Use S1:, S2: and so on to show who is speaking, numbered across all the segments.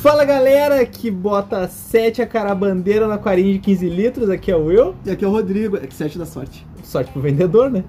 S1: Fala galera que bota 7 a carabandeira na quarinha de 15 litros, aqui é o Will.
S2: E aqui é o Rodrigo, é que sete da sorte.
S1: Sorte pro vendedor, né?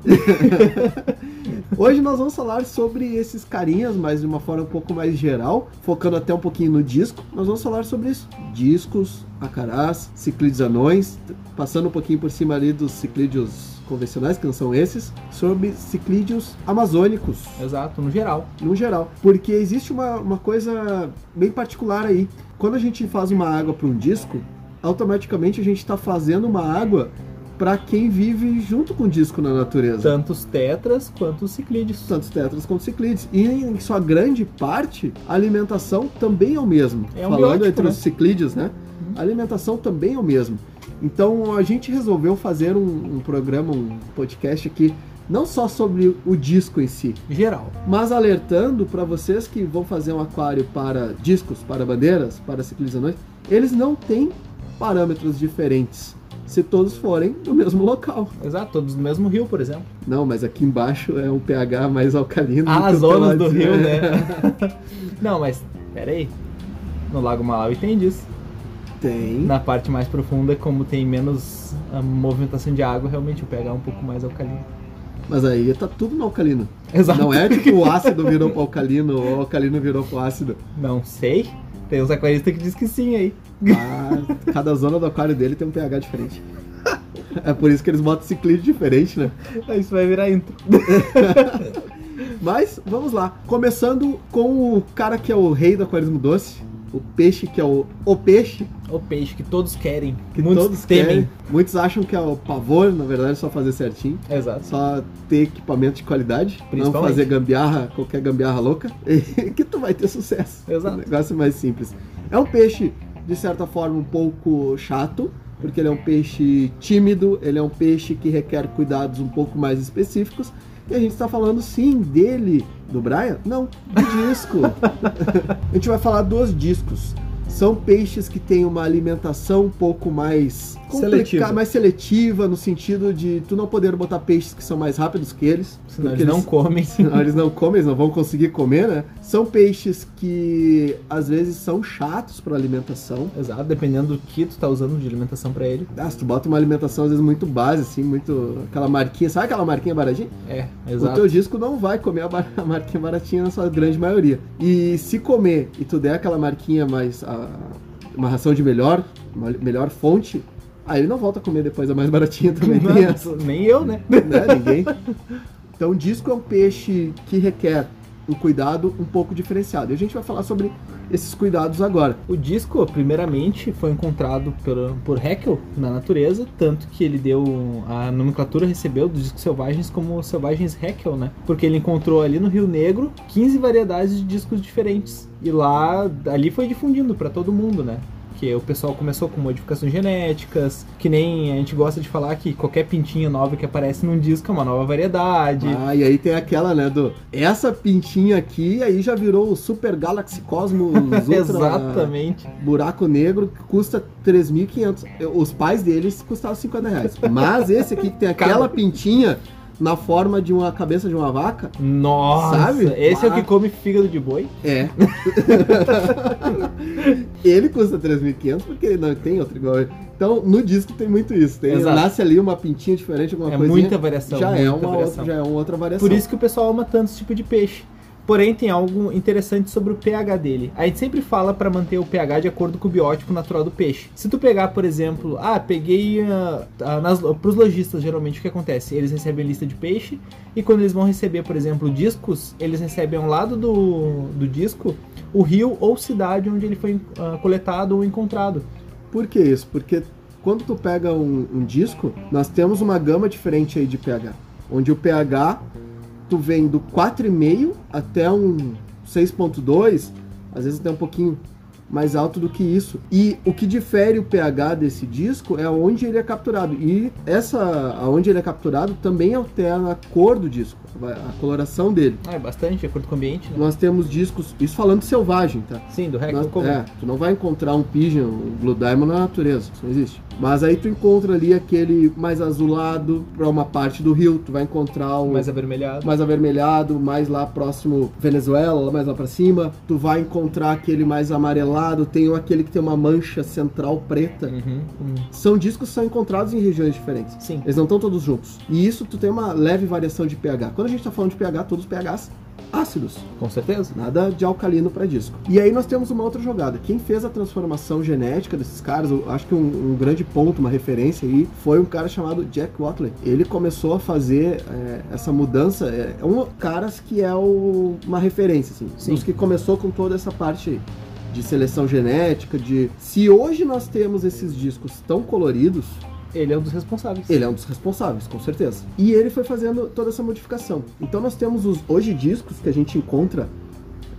S2: Hoje nós vamos falar sobre esses carinhas, mas de uma forma um pouco mais geral, focando até um pouquinho no disco. Nós vamos falar sobre isso. Discos, acarás, ciclídeos anões, t- passando um pouquinho por cima ali dos ciclídeos convencionais, que não são esses, sobre ciclídeos amazônicos,
S1: Exato, no geral.
S2: no geral. Porque existe uma, uma coisa bem particular aí. Quando a gente faz uma água para um disco, automaticamente a gente está fazendo uma água para quem vive junto com o disco na natureza.
S1: Tanto os tetras quanto os ciclídeos.
S2: tanto tetras quanto ciclídeos. E em sua grande parte, a alimentação também é o mesmo.
S1: É um
S2: Falando
S1: biótipo,
S2: entre
S1: né?
S2: os ciclídeos, né?
S1: Uhum.
S2: A alimentação também é o mesmo. Então a gente resolveu fazer um, um programa, um podcast aqui, não só sobre o disco em si,
S1: Geral.
S2: mas alertando para vocês que vão fazer um aquário para discos, para bandeiras, para ciclistas anões, eles não têm parâmetros diferentes se todos forem do mesmo local.
S1: Exato, todos no mesmo rio, por exemplo.
S2: Não, mas aqui embaixo é um pH mais alcalino.
S1: Ah,
S2: que eu
S1: as
S2: tô lá
S1: zonas do
S2: dizendo.
S1: rio, né? Não, mas pera aí. No Lago Malawi tem disso.
S2: Tem.
S1: Na parte mais profunda, como tem menos ah, movimentação de água, realmente o pH é um pouco mais alcalino.
S2: Mas aí tá tudo no alcalino.
S1: Exato.
S2: Não é tipo o ácido virou pro alcalino ou o alcalino virou pro ácido.
S1: Não sei. Tem uns aquaristas que diz que sim aí.
S2: Ah, cada zona do aquário dele tem um pH diferente. É por isso que eles botam ciclídeo diferente, né?
S1: Isso vai virar intro.
S2: Mas vamos lá. Começando com o cara que é o rei do aquarismo doce, o peixe que é o, o peixe,
S1: O peixe que todos querem, que
S2: que
S1: muitos
S2: todos
S1: temem.
S2: querem. Muitos acham que é o pavor, na verdade, é só fazer certinho.
S1: Exato.
S2: Só ter equipamento de qualidade, não
S1: Principalmente.
S2: fazer gambiarra, qualquer gambiarra louca, que tu vai ter sucesso.
S1: Exato.
S2: O negócio é mais simples. É um peixe, de certa forma, um pouco chato, porque ele é um peixe tímido, ele é um peixe que requer cuidados um pouco mais específicos. E a gente está falando sim dele, do Brian? Não, do disco. a gente vai falar dos discos. São peixes que têm uma alimentação um pouco mais complica-
S1: Seletiva.
S2: mais seletiva no sentido de tu não poder botar peixes que são mais rápidos que eles,
S1: Senão
S2: porque
S1: eles não comem.
S2: Senão eles não comem, eles não vão conseguir comer, né? São peixes que às vezes são chatos para alimentação.
S1: Exato, dependendo do que tu tá usando de alimentação pra ele.
S2: Ah, se tu bota uma alimentação às vezes muito base, assim, muito. aquela marquinha, sabe aquela marquinha baratinha?
S1: É,
S2: O
S1: exato.
S2: teu disco não vai comer a, bar- a marquinha baratinha na sua grande maioria. E se comer e tu der aquela marquinha mais. a- uma ração de melhor, uma melhor fonte, aí ele não volta a comer depois a mais baratinha também.
S1: Não,
S2: Tem essa.
S1: nem eu, né?
S2: né? Ninguém. Então, o disco é um peixe que requer um cuidado um pouco diferenciado. E a gente vai falar sobre esses cuidados agora.
S1: O disco, primeiramente, foi encontrado por, por Haeckel na natureza, tanto que ele deu. A nomenclatura recebeu dos discos selvagens como selvagens Haeckel, né? Porque ele encontrou ali no Rio Negro 15 variedades de discos diferentes. E lá, ali foi difundindo pra todo mundo, né? Que o pessoal começou com modificações genéticas, que nem a gente gosta de falar que qualquer pintinha nova que aparece num disco é uma nova variedade.
S2: Ah, e aí tem aquela, né, do... Essa pintinha aqui, aí já virou o Super Galaxy Cosmos Ultra
S1: Exatamente.
S2: Buraco Negro, que custa 3.500. Eu- Os pais deles custavam 50 reais. Mas esse aqui, que tem aquela
S1: Cara.
S2: pintinha na forma de uma cabeça de uma vaca,
S1: Nossa,
S2: Sabe?
S1: esse é o
S2: Ah.
S1: que come fígado de boi.
S2: É. ele custa 3.500 porque ele não tem outro igual. ele. Então, no disco tem muito isso. Tem,
S1: Exato.
S2: nasce ali uma pintinha diferente, alguma
S1: É
S2: coisinha.
S1: muita variação.
S2: já,
S1: muita
S2: é uma outra,
S1: variação.
S2: já é uma outra variação.
S1: Por isso que o pessoal ama tanto esse tipo de peixe. Porém, tem algo interessante sobre o pH dele. A gente sempre fala para manter o pH de acordo com o biótipo natural do peixe. Se tu pegar, por exemplo, ah, peguei ah, ah, nas- pros lojistas geralmente o que acontece? Eles recebem lista de peixe e quando eles vão receber, por exemplo, discos, eles recebem ao lado do, do disco o rio ou cidade onde ele foi ah, coletado ou encontrado.
S2: Por que isso? Porque quando tu pega um, um disco, nós temos uma gama diferente aí de pH. Onde o pH, tu vem do 4,5 até um 6,2, às vezes até um pouquinho mais alto do que isso. E o que difere o pH desse disco é onde ele é capturado. E essa, aonde ele é capturado, também altera a cor do disco, a coloração dele.
S1: Ah, é bastante, de acordo com o ambiente, né?
S2: Nós temos discos, isso falando selvagem, tá?
S1: Sim, do
S2: Nós-
S1: recto comum.
S2: é, tu não vai encontrar um pigeon, um blue diamond na natureza, isso não existe. Mas aí tu encontra ali aquele mais azulado pra uma parte do rio, tu vai encontrar o
S1: mais avermelhado.
S2: mais avermelhado, mais lá próximo Venezuela, lá mais lá pra cima. Tu vai encontrar aquele mais amarelado, tem aquele que tem uma mancha central preta.
S1: Uhum, uhum.
S2: São discos que são encontrados em regiões diferentes.
S1: Sim.
S2: Eles não estão todos juntos. E isso tu tem uma leve variação de pH. Quando a gente tá falando de pH, todos os pHs ácidos,
S1: Com certeza.
S2: nada de alcalino pra disco. E aí nós temos uma outra jogada. Quem fez a transformação genética desses caras, eu acho que um, um grande ponto, uma referência aí, foi um cara chamado Jack Watley. Ele começou a fazer é, essa mudança. É, é um cara que é o- uma referência, assim,
S1: Sim.
S2: dos que começou com toda essa parte aí de seleção genética, de se hoje nós temos esses discos tão coloridos,
S1: Ele é um dos responsáveis.
S2: ele é um dos responsáveis, com certeza. E ele foi fazendo toda essa modificação. Então nós temos os hoje discos que a gente encontra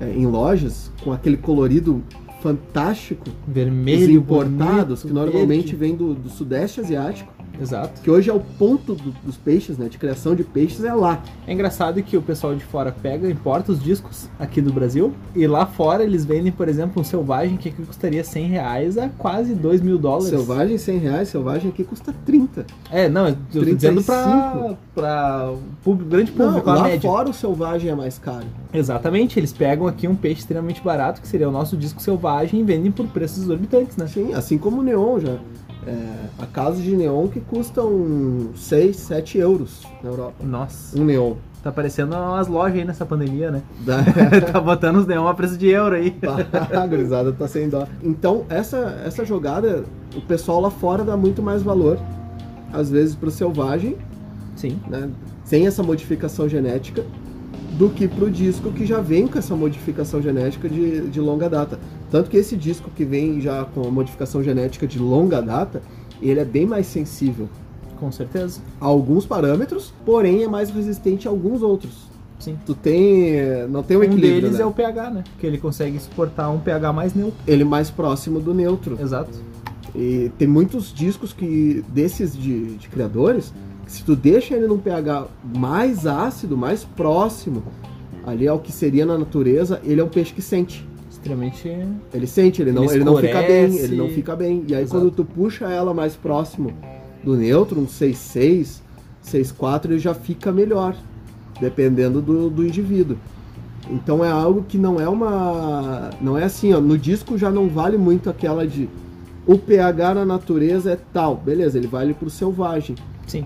S2: é, em lojas com aquele colorido fantástico, os
S1: Vermelho.
S2: importados
S1: bonito,
S2: que normalmente
S1: verde.
S2: vêm do, do sudeste asiático,
S1: Exato.
S2: que hoje é o ponto do- dos peixes, né? De criação de peixes é lá.
S1: É engraçado que o pessoal de fora pega, importa os discos aqui do Brasil e lá fora eles vendem, por exemplo, um selvagem que aqui custaria 100 reais a quase 2 mil dólares.
S2: Selvagem 100 reais, selvagem aqui custa 30.
S1: É, não, eu tô
S2: 35.
S1: dizendo pra, pra o público- grande
S2: Não,
S1: público, a
S2: lá
S1: média.
S2: fora o selvagem é mais caro.
S1: Exatamente, eles pegam aqui um peixe extremamente barato, que seria o nosso disco selvagem, e vendem por preços exorbitantes, né?
S2: Sim, assim como o neon já. É, há casos de neon que custam 6, 7 euros na Europa.
S1: Nossa,
S2: Um neon.
S1: tá parecendo umas lojas aí nessa pandemia, né?
S2: Da...
S1: tá botando os neon a preço de euro aí.
S2: a gurizada tá sem dó. Então, essa, essa jogada, o pessoal lá fora dá muito mais valor, às vezes, pro selvagem,
S1: Sim,
S2: né? Sem essa modificação genética, do que pro disco que já vem com essa modificação genética de, de longa data. Tanto que esse disco que vem já com a modificação genética de longa data, ele é bem mais sensível
S1: com certeza.
S2: a alguns parâmetros, porém é mais resistente a alguns outros.
S1: Sim.
S2: Tu tem. eh, Não tem um,
S1: Um
S2: equilíbrio.
S1: deles
S2: né?
S1: é o pH, né? Que ele consegue suportar um pH mais neutro.
S2: Ele é mais próximo do neutro.
S1: Exato.
S2: E tem muitos discos que desses de, de criadores, que se tu deixa ele num pH mais ácido, mais próximo ali ao que seria na natureza, ele é um peixe que sente.
S1: Extremamente.
S2: Ele sente, ele não,
S1: Ele
S2: ele, não fica bem,
S1: escurece.
S2: ele não fica bem. E aí
S1: Exato.
S2: quando tu puxa ela mais próximo do neutro, um 6,6, 6,4, ele já fica melhor, dependendo do, do indivíduo. Então é algo que não é uma. Não é assim, ó. No disco já não vale muito aquela de o pH na natureza é tal. Beleza, ele vale pro selvagem.
S1: Sim.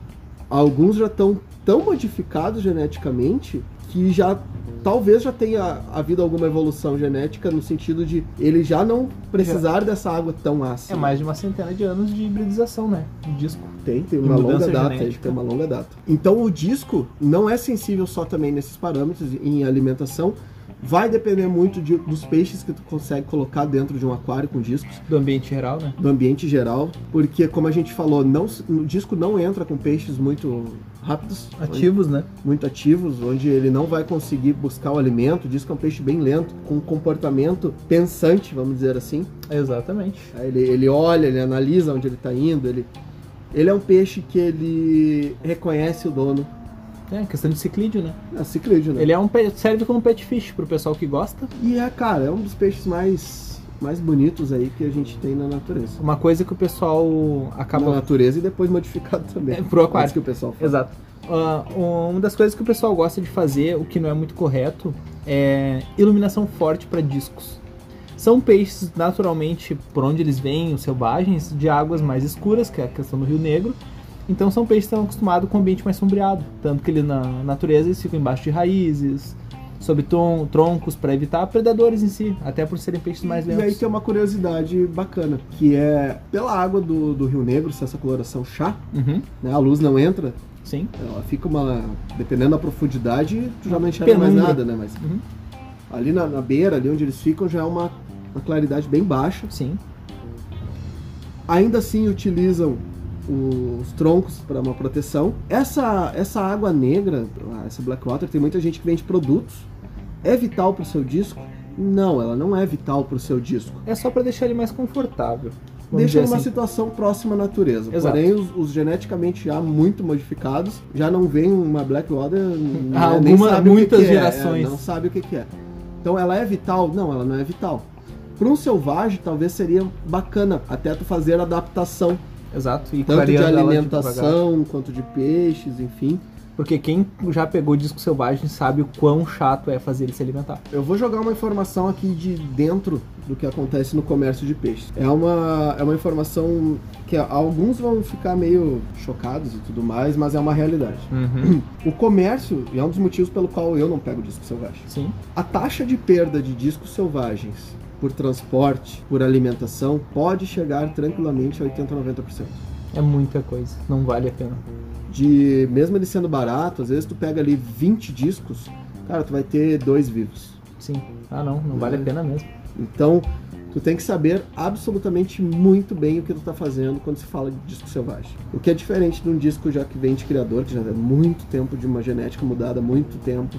S2: Alguns já estão tão modificados geneticamente que já talvez já tenha havido alguma evolução genética no sentido de ele já não precisar dessa água tão
S1: É
S2: ácida.
S1: mais de uma centena de anos de hibridização, né? De disco.
S2: Tem, tem
S1: De
S2: uma longa
S1: mudança
S2: data,
S1: genética.
S2: tem uma longa data. Então o disco não é sensível só também nesses parâmetros em alimentação. Vai depender muito de- dos peixes que tu consegue colocar dentro de um aquário com discos,
S1: Do ambiente geral, né?
S2: do ambiente geral, porque como a gente falou, não, se- o disco não entra com peixes muito rápidos,
S1: Ativos, né?
S2: muito ativos, onde ele não vai conseguir buscar o alimento. Diz que é um peixe bem lento, com um comportamento pensante, vamos dizer assim.
S1: Exatamente.
S2: Aí Ele, ele olha, ele analisa onde ele está indo. Ele, ele é um peixe que ele reconhece o dono.
S1: É, questão de ciclídeo, né?
S2: É ciclídeo, né?
S1: Ele é um pe- serve como pet fish pro pessoal que gosta.
S2: E é, cara, é um dos peixes mais, mais bonitos aí que a gente tem na natureza.
S1: Uma coisa que o pessoal acaba
S2: Na natureza e depois modificado também.
S1: É, pro aquário.
S2: Isso que o pessoal fala.
S1: Exato. Ah, uma das coisas que o pessoal gosta de fazer, o que não é muito correto, é iluminação forte para discos. São peixes, naturalmente, por onde eles vêm, os selvagens, de águas mais escuras, que é a questão do Rio Negro. Então são peixes que estão acostumados com o ambiente mais sombreado. Tanto que ele, na natureza eles ficam embaixo de raízes, sob tom- troncos, para evitar predadores em si, até por serem peixes mais
S2: E aí
S1: lentos.
S2: tem um uma curiosidade bacana, que é pela água do, do Rio Negro, se essa coloração chá,
S1: Uhum,
S2: né, a luz não entra,
S1: sim.
S2: Ela fica uma. Dependendo da profundidade, tu já não enxerga mais
S1: Penumbra.
S2: nada, né? Mas
S1: Uhum.
S2: ali na, na beira, ali onde eles ficam, já é uma, uma claridade bem baixa.
S1: Sim.
S2: Ainda assim utilizam o- os troncos para uma proteção. Essa, essa água negra, essa Blackwater, tem muita gente que vende produtos. É vital para o seu disco? Não, ela não é vital para o seu disco.
S1: É só para deixar ele mais confortável. vamos
S2: Deixa
S1: dizer
S2: ele uma
S1: assim.
S2: situação próxima à natureza.
S1: Exato.
S2: Porém, os, os geneticamente já muito modificados já não vem uma Blackwater.
S1: Há
S2: né, nem
S1: Ah, alguma-
S2: sabe o que
S1: muitas
S2: que é,
S1: gerações.
S2: é, não sabe o que, que é. Então ela é vital? Não, ela não é vital. Para um selvagem, talvez seria bacana até tu fazer adaptação
S1: Exato. E
S2: Tanto de
S1: clareando ela devagar.
S2: alimentação quanto de peixes, enfim.
S1: Porque quem já pegou disco selvagem sabe o quão chato é fazer ele se alimentar.
S2: Eu vou jogar uma informação aqui de dentro do que acontece no comércio de peixes. É uma, é uma informação que alguns vão ficar meio chocados e tudo mais, mas é uma realidade. O comércio, e é um dos motivos pelo qual eu não pego disco selvagem.
S1: Sim.
S2: A taxa de perda de discos selvagens por transporte, por alimentação, pode chegar tranquilamente a 80, 90%.
S1: É muita coisa. Não vale a pena.
S2: De, mesmo ele sendo barato, às vezes tu pega ali 20 discos, cara, tu vai ter dois vivos.
S1: Sim. Ah, não. Não vale a pena mesmo.
S2: Então, tu tem que saber absolutamente muito bem o que tu tá fazendo quando se fala de disco selvagem. O que é diferente de um disco já que vem de criador, que já é muito tempo de uma genética mudada, há muito tempo,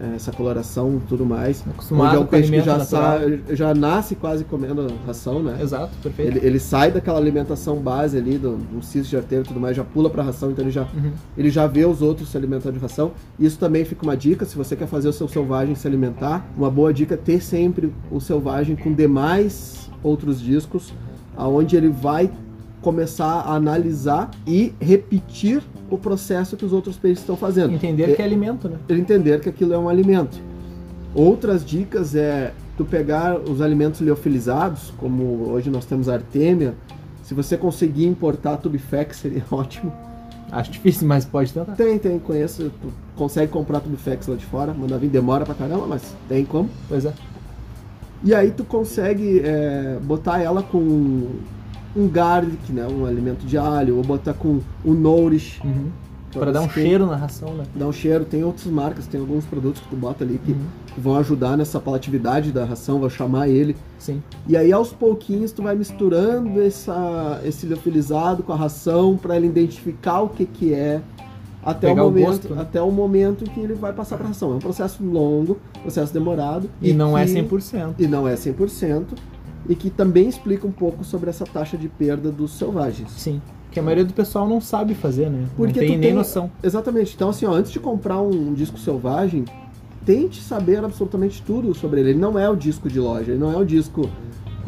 S2: eh, essa coloração e tudo mais. Onde
S1: Acostumado
S2: é um
S1: com
S2: peixe que
S1: alimento
S2: já,
S1: natural.
S2: sa- já nasce quase comendo ração, né?
S1: Exato. Perfeito.
S2: Ele, ele sai daquela alimentação base ali, do, do cis que já teve e tudo mais, já pula pra ração, então ele já,
S1: Uhum.
S2: ele já vê os outros se alimentar de ração. Isso também fica uma dica, se você quer fazer o seu selvagem se alimentar, uma boa dica é ter sempre o selvagem com demais outros discos, aonde ele vai começar a analisar e repetir o processo que os outros peixes estão fazendo.
S1: Entender que é alimento, né?
S2: Ele entender que aquilo é um alimento. Outras dicas é tu pegar os alimentos liofilizados, como hoje nós temos a artêmia, se você conseguir importar tubifex seria ótimo.
S1: Acho difícil, mas pode tentar.
S2: Tem, tem, conheço. Tu consegue comprar Tubifex lá de fora, manda vir, demora pra caramba, mas tem como.
S1: Pois é.
S2: E aí tu consegue é, botar ela com um garlic, né? Um alimento de alho, ou botar com um nourish.
S1: Uhum.
S2: que é
S1: Pra dar um
S2: esse que
S1: cheiro na ração, né?
S2: Dá um cheiro. Tem outras marcas, tem alguns produtos que tu bota ali que
S1: Uhum.
S2: que vão ajudar nessa palatividade da ração, vão chamar ele.
S1: Sim.
S2: E aí aos pouquinhos tu vai misturando essa, esse liofilizado com a ração pra ele identificar o que que é até
S1: Pegar
S2: o
S1: o
S2: momento,
S1: gosto, né?
S2: até o momento que ele vai passar pra ração. É um processo longo, processo demorado
S1: E, não é
S2: que-
S1: 100%.
S2: e não é 100% e que também explica um pouco sobre essa taxa de perda dos selvagens.
S1: Sim. Que a maioria do pessoal não sabe fazer, né?
S2: Porque
S1: não tem
S2: tu
S1: nem
S2: tem-
S1: noção.
S2: Exatamente. Então, assim, ó, antes de comprar um disco selvagem, tente saber absolutamente tudo sobre ele. Ele não é o disco de loja, ele não é o disco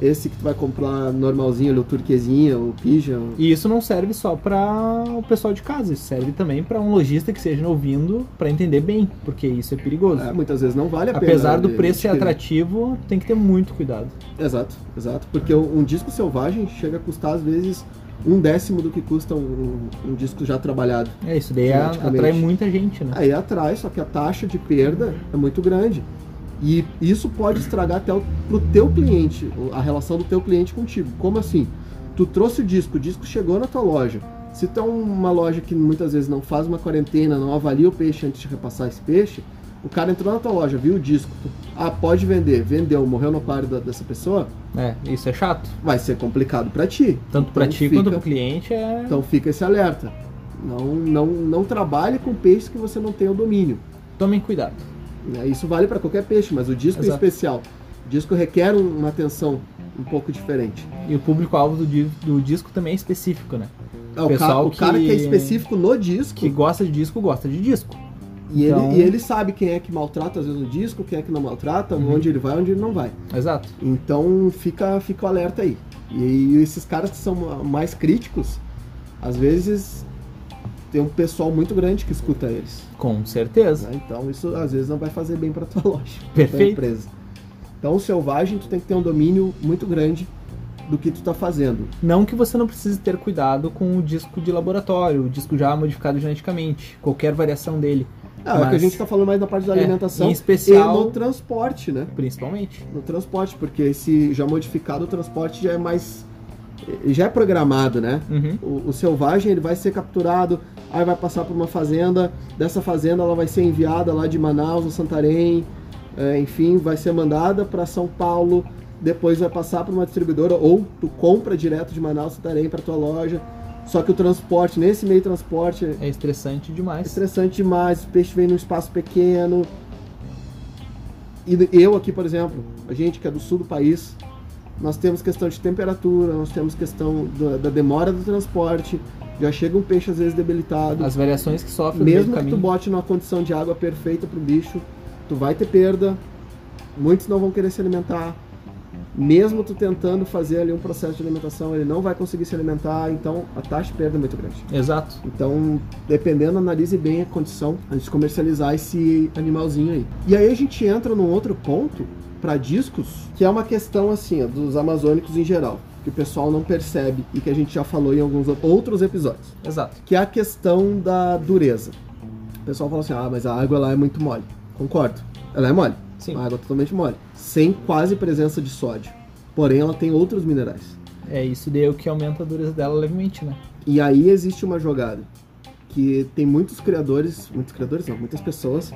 S2: esse que tu vai comprar normalzinho, ali, o turquesinha, o pigeon.
S1: E isso não serve só pra o pessoal de casa, isso serve também pra um lojista que esteja ouvindo pra entender bem, porque isso é perigoso.
S2: É, muitas vezes não vale a pena. né,
S1: Apesar do
S2: de-
S1: preço
S2: de
S1: ser
S2: querer.
S1: atrativo, tem que ter muito cuidado.
S2: Exato, exato. Porque um um disco selvagem chega a custar, às vezes, um décimo do que custa um, um disco já trabalhado.
S1: É, isso daí é-
S2: Automaticamente.
S1: atrai muita gente, né?
S2: Aí é atrás, só que a taxa de perda é muito grande. E isso pode estragar até o, pro teu cliente, o- a relação do teu cliente contigo. Como assim? Tu trouxe o disco, o disco chegou na tua loja. Se tu é uma loja que muitas vezes não faz uma quarentena, não avalia o peixe antes de repassar esse peixe, o cara entrou na tua loja, viu o disco, tu- ah, pode vender, vendeu, morreu no aquário da- dessa pessoa,
S1: É, isso é chato.
S2: vai ser complicado para ti.
S1: Tanto pra
S2: Então
S1: ti
S2: fica-
S1: quanto pro cliente é.
S2: Então fica esse alerta. Não, não, não trabalhe com peixes que você não tem o domínio.
S1: Tomem cuidado.
S2: né? Isso vale para qualquer peixe, mas o disco é
S1: Exato.
S2: especial. O disco requer um- uma atenção um pouco diferente.
S1: E o público-alvo do, di- do disco também é específico, né?
S2: É, o,
S1: Pessoal
S2: ca- o
S1: que-
S2: cara que é específico no disco
S1: Que gosta de disco, gosta de disco.
S2: e,
S1: então-
S2: ele, e ele sabe quem é que maltrata às vezes o disco, quem é que não maltrata,
S1: Uhum.
S2: onde ele vai, onde ele não vai.
S1: Exato.
S2: Então fica, fica o alerta aí. E, esses caras que são ma- mais críticos, às vezes tem um pessoal muito grande que escuta eles.
S1: Com certeza.
S2: né? Então isso às vezes não vai fazer bem para tua loja, pra tua
S1: Perfeito.
S2: empresa. Então o selvagem tu tem que ter um domínio muito grande do que tu tá fazendo.
S1: Não que você não precise ter cuidado com o disco de laboratório, o disco já modificado geneticamente, qualquer variação dele.
S2: Ah, É o
S1: Mas-
S2: que a gente tá falando mais na parte da
S1: É,
S2: alimentação
S1: em
S2: e
S1: especial,
S2: no transporte, né?
S1: principalmente.
S2: No transporte, porque esse já modificado o transporte já é mais já é programado, né?
S1: Uhum.
S2: O, o selvagem ele vai ser capturado, aí vai passar por uma fazenda, dessa fazenda ela vai ser enviada lá de Manaus ou Santarém, é, enfim, vai ser mandada para São Paulo, depois vai passar por uma distribuidora ou tu compra direto de Manaus Santarém para tua loja. Só que o transporte nesse meio transporte é
S1: É estressante demais.
S2: estressante demais, o peixe vem num espaço pequeno. E eu aqui, por exemplo, a gente que é do sul do país, nós temos questão de temperatura, nós temos questão da, da demora do transporte, já chega um peixe às vezes debilitado.
S1: As variações que sofre
S2: Mesmo
S1: no
S2: que
S1: meio
S2: tu
S1: do caminho.
S2: bote numa condição de água perfeita pro bicho, tu vai ter perda, muitos não vão querer se alimentar. Mesmo tu tentando fazer ali um processo de alimentação, ele não vai conseguir se alimentar, então a taxa de perda é muito grande.
S1: Exato.
S2: Então, dependendo, analise bem a condição antes de comercializar esse animalzinho aí. E aí a gente entra num outro ponto para discos, que é uma questão assim, ó, dos amazônicos em geral, que o pessoal não percebe e que a gente já falou em alguns outros episódios,
S1: Exato.
S2: que é a questão da dureza. O pessoal fala assim: "Ah, mas a água lá é muito mole". Concordo. Ela é mole.
S1: Sim.
S2: Uma água totalmente mole, sem quase presença de sódio. Porém, ela tem outros minerais.
S1: É isso daí é o que aumenta a dureza dela levemente, né?
S2: E aí existe uma jogada que tem muitos criadores, muitos criadores não, muitas pessoas.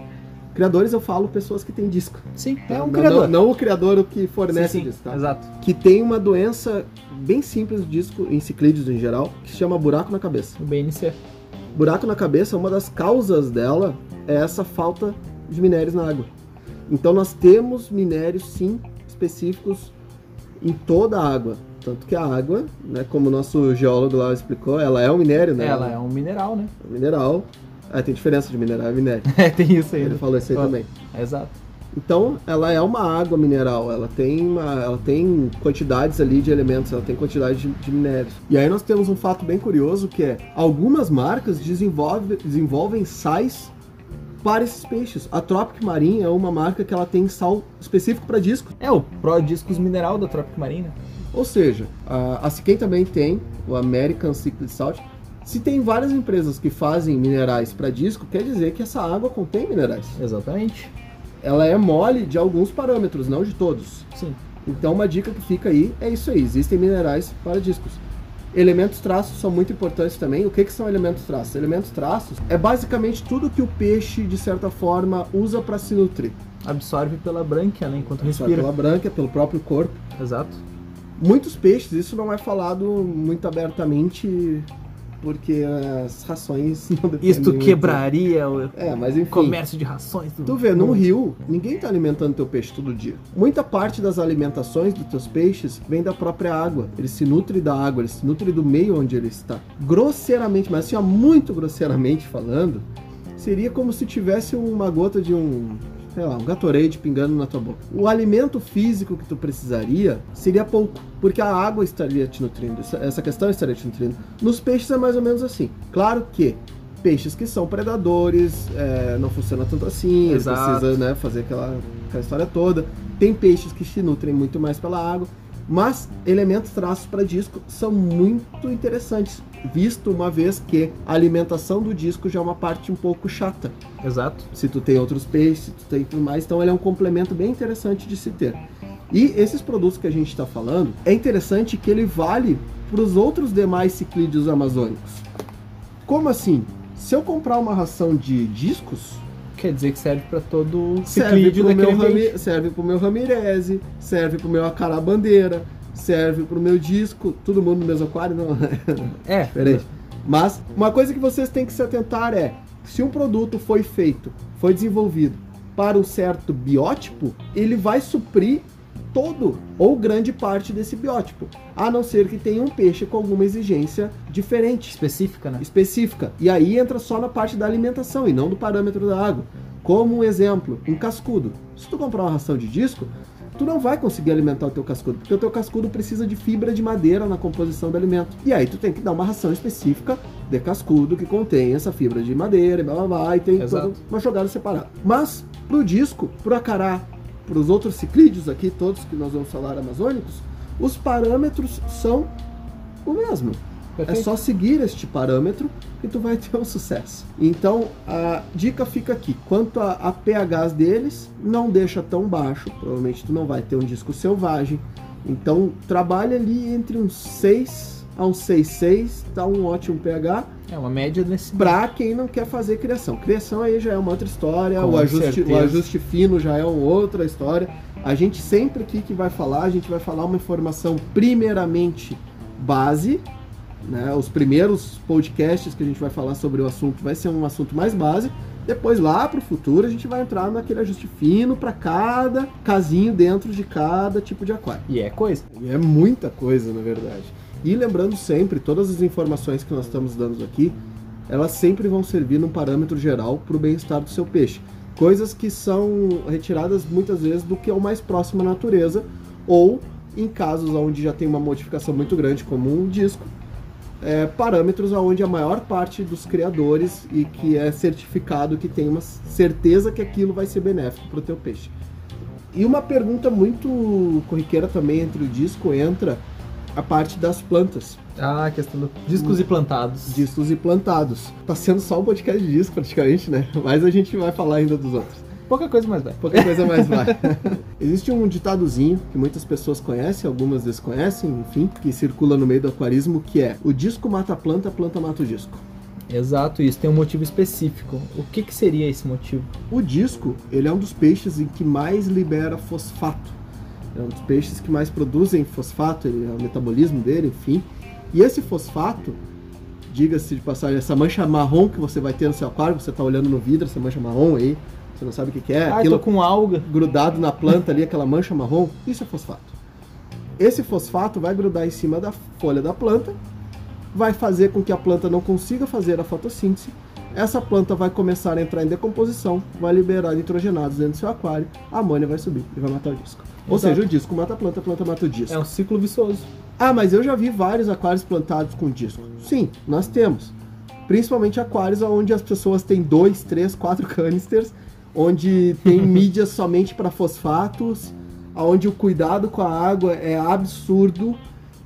S2: Criadores eu falo pessoas que têm disco.
S1: Sim,
S2: tá?
S1: é um
S2: Não-
S1: criador.
S2: Não, não o criador o que fornece
S1: sim, sim,
S2: disco, tá?
S1: Exato.
S2: Que tem uma doença bem simples do disco, em ciclídeos em geral, que se chama buraco na cabeça.
S1: O BNC.
S2: Buraco na cabeça, uma das causas dela é essa falta de minérios na água. Então nós temos minérios sim específicos em toda a água. Tanto que a água, né, como o nosso geólogo lá explicou, ela é um minério, né?
S1: Ela é um mineral, né?
S2: É um mineral. Ah, tem diferença de mineral e minério.
S1: É, tem isso aí.
S2: Ele
S1: né?
S2: falou isso aí
S1: Claro.
S2: também.
S1: Exato.
S2: Então, ela é uma água mineral, ela tem, uma- ela tem quantidades ali de elementos, ela tem quantidade de, de minérios. E aí nós temos um fato bem curioso que é, algumas marcas desenvolve- desenvolvem sais para esses peixes. A Tropic Marine é uma marca que ela tem sal específico para disco.
S1: É o Pro Discos Mineral da Tropic né? Marina.
S2: Ou seja, a, a Siquem também tem, o American Secret Salt. Se tem várias empresas que fazem minerais para disco, quer dizer que essa água contém minerais.
S1: Exatamente.
S2: Ela é mole de alguns parâmetros, não de todos.
S1: Sim.
S2: Então uma dica que fica aí é isso aí, existem minerais para discos. Elementos traços são muito importantes também. O que, que são elementos traços? Elementos traços é basicamente tudo que o peixe, de certa forma, usa para se nutrir.
S1: Absorve pela branquia, né? Enquanto
S2: Só
S1: respira.
S2: Pela branca, pelo próprio corpo.
S1: Exato.
S2: Muitos peixes, isso não é falado muito abertamente, porque as rações não dependem
S1: Isto
S2: é muito.
S1: quebraria o
S2: É, mas enfim.
S1: comércio de rações do
S2: Tu vê, num
S1: mundo.
S2: rio, ninguém tá alimentando teu peixe todo dia. Muita parte das alimentações dos teus peixes vem da própria água. Ele se nutre da água, ele se nutre do meio onde ele está. Grosseiramente, mas assim, ó, muito grosseiramente falando, seria como se tivesse uma gota de um, sei lá, um Gatorade pingando na tua boca. O alimento físico que tu precisaria seria pouco, porque a água estaria te nutrindo, essa- essa questão estaria te nutrindo. Nos peixes é mais ou menos assim. Claro que peixes que são predadores, é, não funciona tanto assim, eles
S1: Exato.
S2: precisam né, fazer aquela, aquela história toda. Tem peixes que se nutrem muito mais pela água. Mas elementos traços para disco são muito interessantes, visto uma vez que a alimentação do disco já é uma parte um pouco chata.
S1: Exato.
S2: Se tu tem outros peixes, se tu tem tudo mais, então ele é um complemento bem interessante de se ter. E esses produtos que a gente está falando, é interessante que ele vale para os outros demais ciclídeos amazônicos. Como assim? Se eu comprar uma ração de discos,
S1: Quer dizer que serve pra todo
S2: serve
S1: ciclídeo
S2: pro, meu
S1: daquele
S2: rami,
S1: ambiente.
S2: serve pro meu Ramirez, serve pro meu Acarabandeira, serve pro meu disco, todo mundo no mesmo aquário, não, né?
S1: É.
S2: diferente. Mas uma coisa que vocês têm que se atentar é: se um produto foi feito, foi desenvolvido para um certo biótipo, ele vai suprir todo ou grande parte desse biótipo, a não ser que tenha um peixe com alguma exigência diferente
S1: Específica, né?
S2: específica. E aí entra só na parte da alimentação e não do parâmetro da água. Como um exemplo, um cascudo. Se tu comprar uma ração de disco, tu não vai conseguir alimentar o teu cascudo, porque o teu cascudo precisa de fibra de madeira na composição do alimento. E aí tu tem que dar uma ração específica de cascudo que contém essa fibra de madeira e blá blá blá, e tem
S1: Exato.
S2: toda uma jogada separada. Mas pro disco, pro acará, pros outros ciclídeos aqui, todos que nós vamos falar amazônicos, os parâmetros são o mesmo. É
S1: Perfeito.
S2: só seguir este parâmetro que tu vai ter um sucesso. Então a dica fica aqui. Quanto a, a pHs deles, não deixa tão baixo. Provavelmente tu não vai ter um disco selvagem. Então trabalha ali entre um 6 a um 6,6, tá um ótimo pH
S1: É uma média nesse
S2: para quem não quer fazer criação. Criação aí já é uma outra história,
S1: Com
S2: o ajuste, o
S1: certeza.
S2: ajuste fino já é uma outra história. A gente sempre aqui que vai falar, a gente vai falar uma informação primeiramente base, né? Os primeiros podcasts que a gente vai falar sobre o assunto vai ser um assunto mais base. Depois lá para o futuro a gente vai entrar naquele ajuste fino para cada casinho dentro de cada tipo de aquário.
S1: E é coisa.
S2: E é muita coisa, na verdade. E lembrando sempre, todas as informações que nós estamos dando aqui, elas sempre vão servir num parâmetro geral para o bem-estar do seu peixe. Coisas que são retiradas muitas vezes do que é o mais próximo à natureza ou Em casos onde já tem uma modificação muito grande, como um disco, é, parâmetros onde a maior parte dos criadores e que é certificado que tem uma certeza que aquilo vai ser benéfico para o teu peixe. E uma pergunta muito corriqueira também entre o disco entra a parte das plantas,
S1: Ah, a questão do discos e plantados.
S2: discos e plantados. Tá sendo só um podcast de disco praticamente, né? Mas a gente vai falar ainda dos outros.
S1: Pouca coisa mais vai.
S2: Pouca coisa mais vai. Existe um ditadozinho que muitas pessoas conhecem, algumas desconhecem, enfim, que circula no meio do aquarismo, que é o disco mata a planta, a planta mata o disco.
S1: Exato, isso tem um motivo específico. O que, que seria esse motivo?
S2: O disco, ele é um dos peixes em que mais libera fosfato. É um dos peixes que mais produzem fosfato, ele, é o metabolismo dele, enfim. E esse fosfato, diga-se de passagem, essa mancha marrom que você vai ter no seu aquário, você tá olhando no vidro, essa mancha marrom aí, você não sabe o que, que é.
S1: ah,
S2: aquilo-
S1: eu tô com alga.
S2: grudado na planta ali, aquela mancha marrom, isso é fosfato. Esse fosfato vai grudar em cima da folha da planta, vai fazer com que a planta não consiga fazer a fotossíntese. Essa planta vai começar a entrar em decomposição, vai liberar nitrogenados dentro do seu aquário, a amônia vai subir e vai matar o disco. Ou
S1: Exato.
S2: seja, o disco mata a planta, a planta mata o disco.
S1: É um ciclo vicioso.
S2: Ah, mas eu já vi vários aquários plantados com disco. Sim, nós temos. Principalmente aquários onde as pessoas têm dois, três, quatro canisters, onde tem mídias somente para fosfatos, onde o cuidado com a água é absurdo,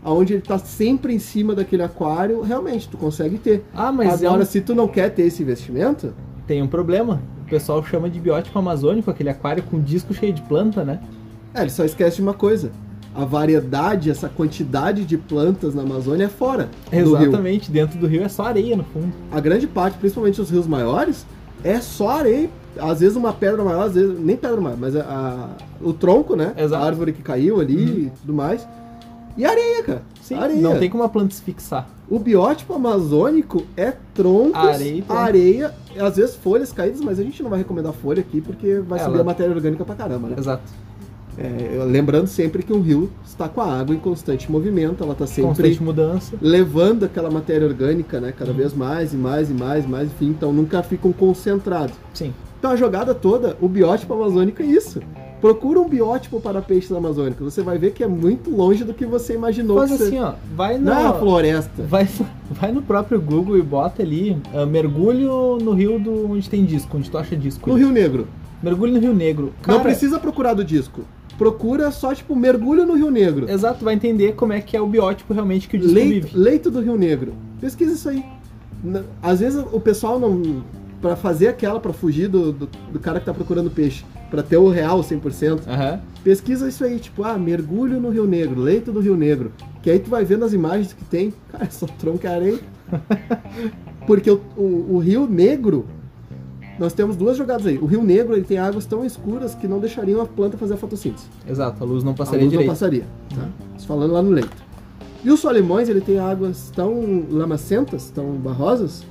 S2: onde ele está sempre em cima daquele aquário. Realmente, tu consegue ter.
S1: Ah, mas é
S2: Agora,
S1: um-
S2: se tu não quer ter esse investimento,
S1: tem um problema. O pessoal chama de biótipo amazônico aquele aquário com disco cheio de planta, né?
S2: é, ele só esquece de uma coisa. A variedade, essa quantidade de plantas na Amazônia é fora do rio.
S1: Exatamente, dentro do rio é só areia no fundo.
S2: a grande parte, principalmente os rios maiores, é só areia. Às vezes uma pedra maior, às vezes nem pedra maior, mas a, a- o tronco, né?
S1: Exato. Uhum.
S2: A árvore que caiu ali e tudo mais. E areia, cara.
S1: Sim,
S2: areia.
S1: não tem como a planta se fixar.
S2: O biótipo amazônico é troncos,
S1: Areia e
S2: areia,
S1: tronco.
S2: e às vezes folhas caídas, mas a gente não vai recomendar folha aqui porque vai
S1: É, Ela-
S2: subir a matéria orgânica pra caramba, né?
S1: Exato.
S2: É, lembrando sempre que um rio está com a água em constante movimento, ela está sempre
S1: Constante mudança.
S2: levando aquela matéria orgânica, né, cada vez mais e mais e mais e mais, enfim, então nunca ficam concentrados.
S1: Sim.
S2: Então a jogada toda, o biótipo amazônico é isso. Procura um biótipo para peixes amazônicos, você vai ver que é muito longe do que você imaginou.
S1: Faz
S2: que você-
S1: assim, ó. Vai
S2: Não é
S1: na.
S2: uma floresta.
S1: Vai, vai no próprio Google e bota ali ah, mergulho no rio do onde tem disco, onde tu acha disco.
S2: No Rio Negro.
S1: Mergulho no Rio Negro. Cara,
S2: Não precisa procurar do disco. Procura só, tipo, mergulho no Rio Negro.
S1: Exato, vai entender como é que é o biótipo realmente que o disco
S2: Leito,
S1: vive.
S2: leito do Rio Negro. Pesquisa isso aí. Na- Às vezes o pessoal não. Pra fazer aquela, pra fugir do, do, do cara que tá procurando peixe, pra ter o real 100%,
S1: Aham.
S2: pesquisa isso aí, tipo, ah, mergulho no Rio Negro, leito do Rio Negro. Que aí tu vai vendo as imagens que tem, cara, só tronco e areia. Porque o, o- o Rio Negro, nós temos duas jogadas aí. O Rio Negro, ele tem águas tão escuras que não deixariam a planta fazer a fotossíntese.
S1: Exato, a luz não
S2: A
S1: passaria
S2: luz não
S1: Tá direito.
S2: passaria, tá? Isso falando lá no leito. E os solimões, ele tem águas tão lamacentas, tão barrosas,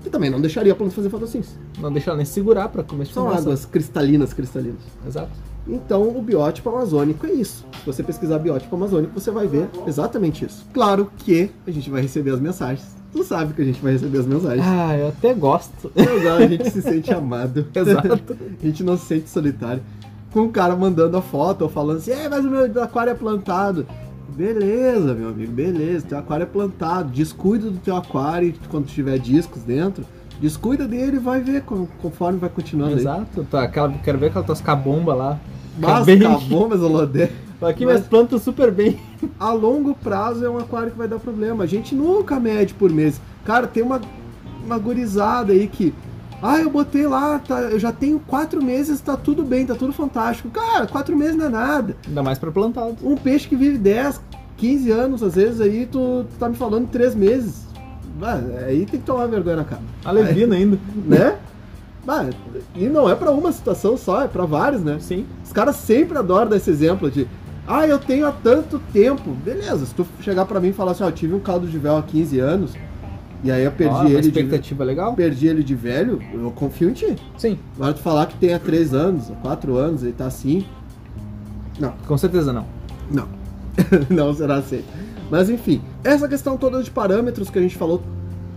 S2: que também não deixaria a planta fazer fotossíntese.
S1: não, deixa ela nem segurar pra comer
S2: São
S1: fumaça.
S2: águas cristalinas, cristalinas.
S1: Exato.
S2: Então, o biótipo amazônico é isso. Se você pesquisar biótipo amazônico, você vai ver exatamente isso. Claro que a gente vai receber as mensagens. Tu sabe que a gente vai receber as mensagens.
S1: Ah, eu até gosto.
S2: Mas, ah, a gente se sente amado.
S1: Exato.
S2: A gente não se sente solitário. Com o cara mandando a foto ou falando assim, é, mas o meu aquário é plantado. Beleza, meu amigo, beleza. Teu aquário é plantado. Descuida do teu aquário quando tiver discos dentro. Descuida dele e vai ver com- conforme vai continuando aí.
S1: Exato. Tá, aquela, quero ver aquela tua cabombas lá.
S2: Mas,
S1: Acabei.
S2: acabou, mas Olodé.
S1: Aqui
S2: Mas-
S1: minhas plantas super bem.
S2: a longo prazo é um aquário que vai dar problema. A gente nunca mede por mês. Cara, tem uma, uma gurizada aí que. Ah, eu botei lá, tá, eu já tenho quatro meses, tá tudo bem, tá tudo fantástico. Cara, quatro meses não é nada.
S1: Ainda mais pra plantado.
S2: Um peixe que vive 10, 15 anos, às vezes, aí tu, tu tá me falando três meses. Bah, aí tem que tomar vergonha na cara,
S1: Alebrina ainda.
S2: né? Bah, e não é pra uma situação só, é pra vários, né?
S1: Sim.
S2: Os caras sempre adoram dar esse exemplo de ah, eu tenho há tanto tempo. Beleza, se tu chegar pra mim e falar assim, ó, eu tive um caldo de véu há 15 anos, e aí eu perdi
S1: Ó, uma
S2: ele de velho,
S1: expectativa legal?
S2: perdi ele de velho, eu confio em ti.
S1: Sim,
S2: Agora tu falar que tem há 3 anos, há 4 anos, ele tá assim,
S1: com certeza não.
S2: não. não será aceito. Mas enfim, essa questão toda de parâmetros que a gente falou,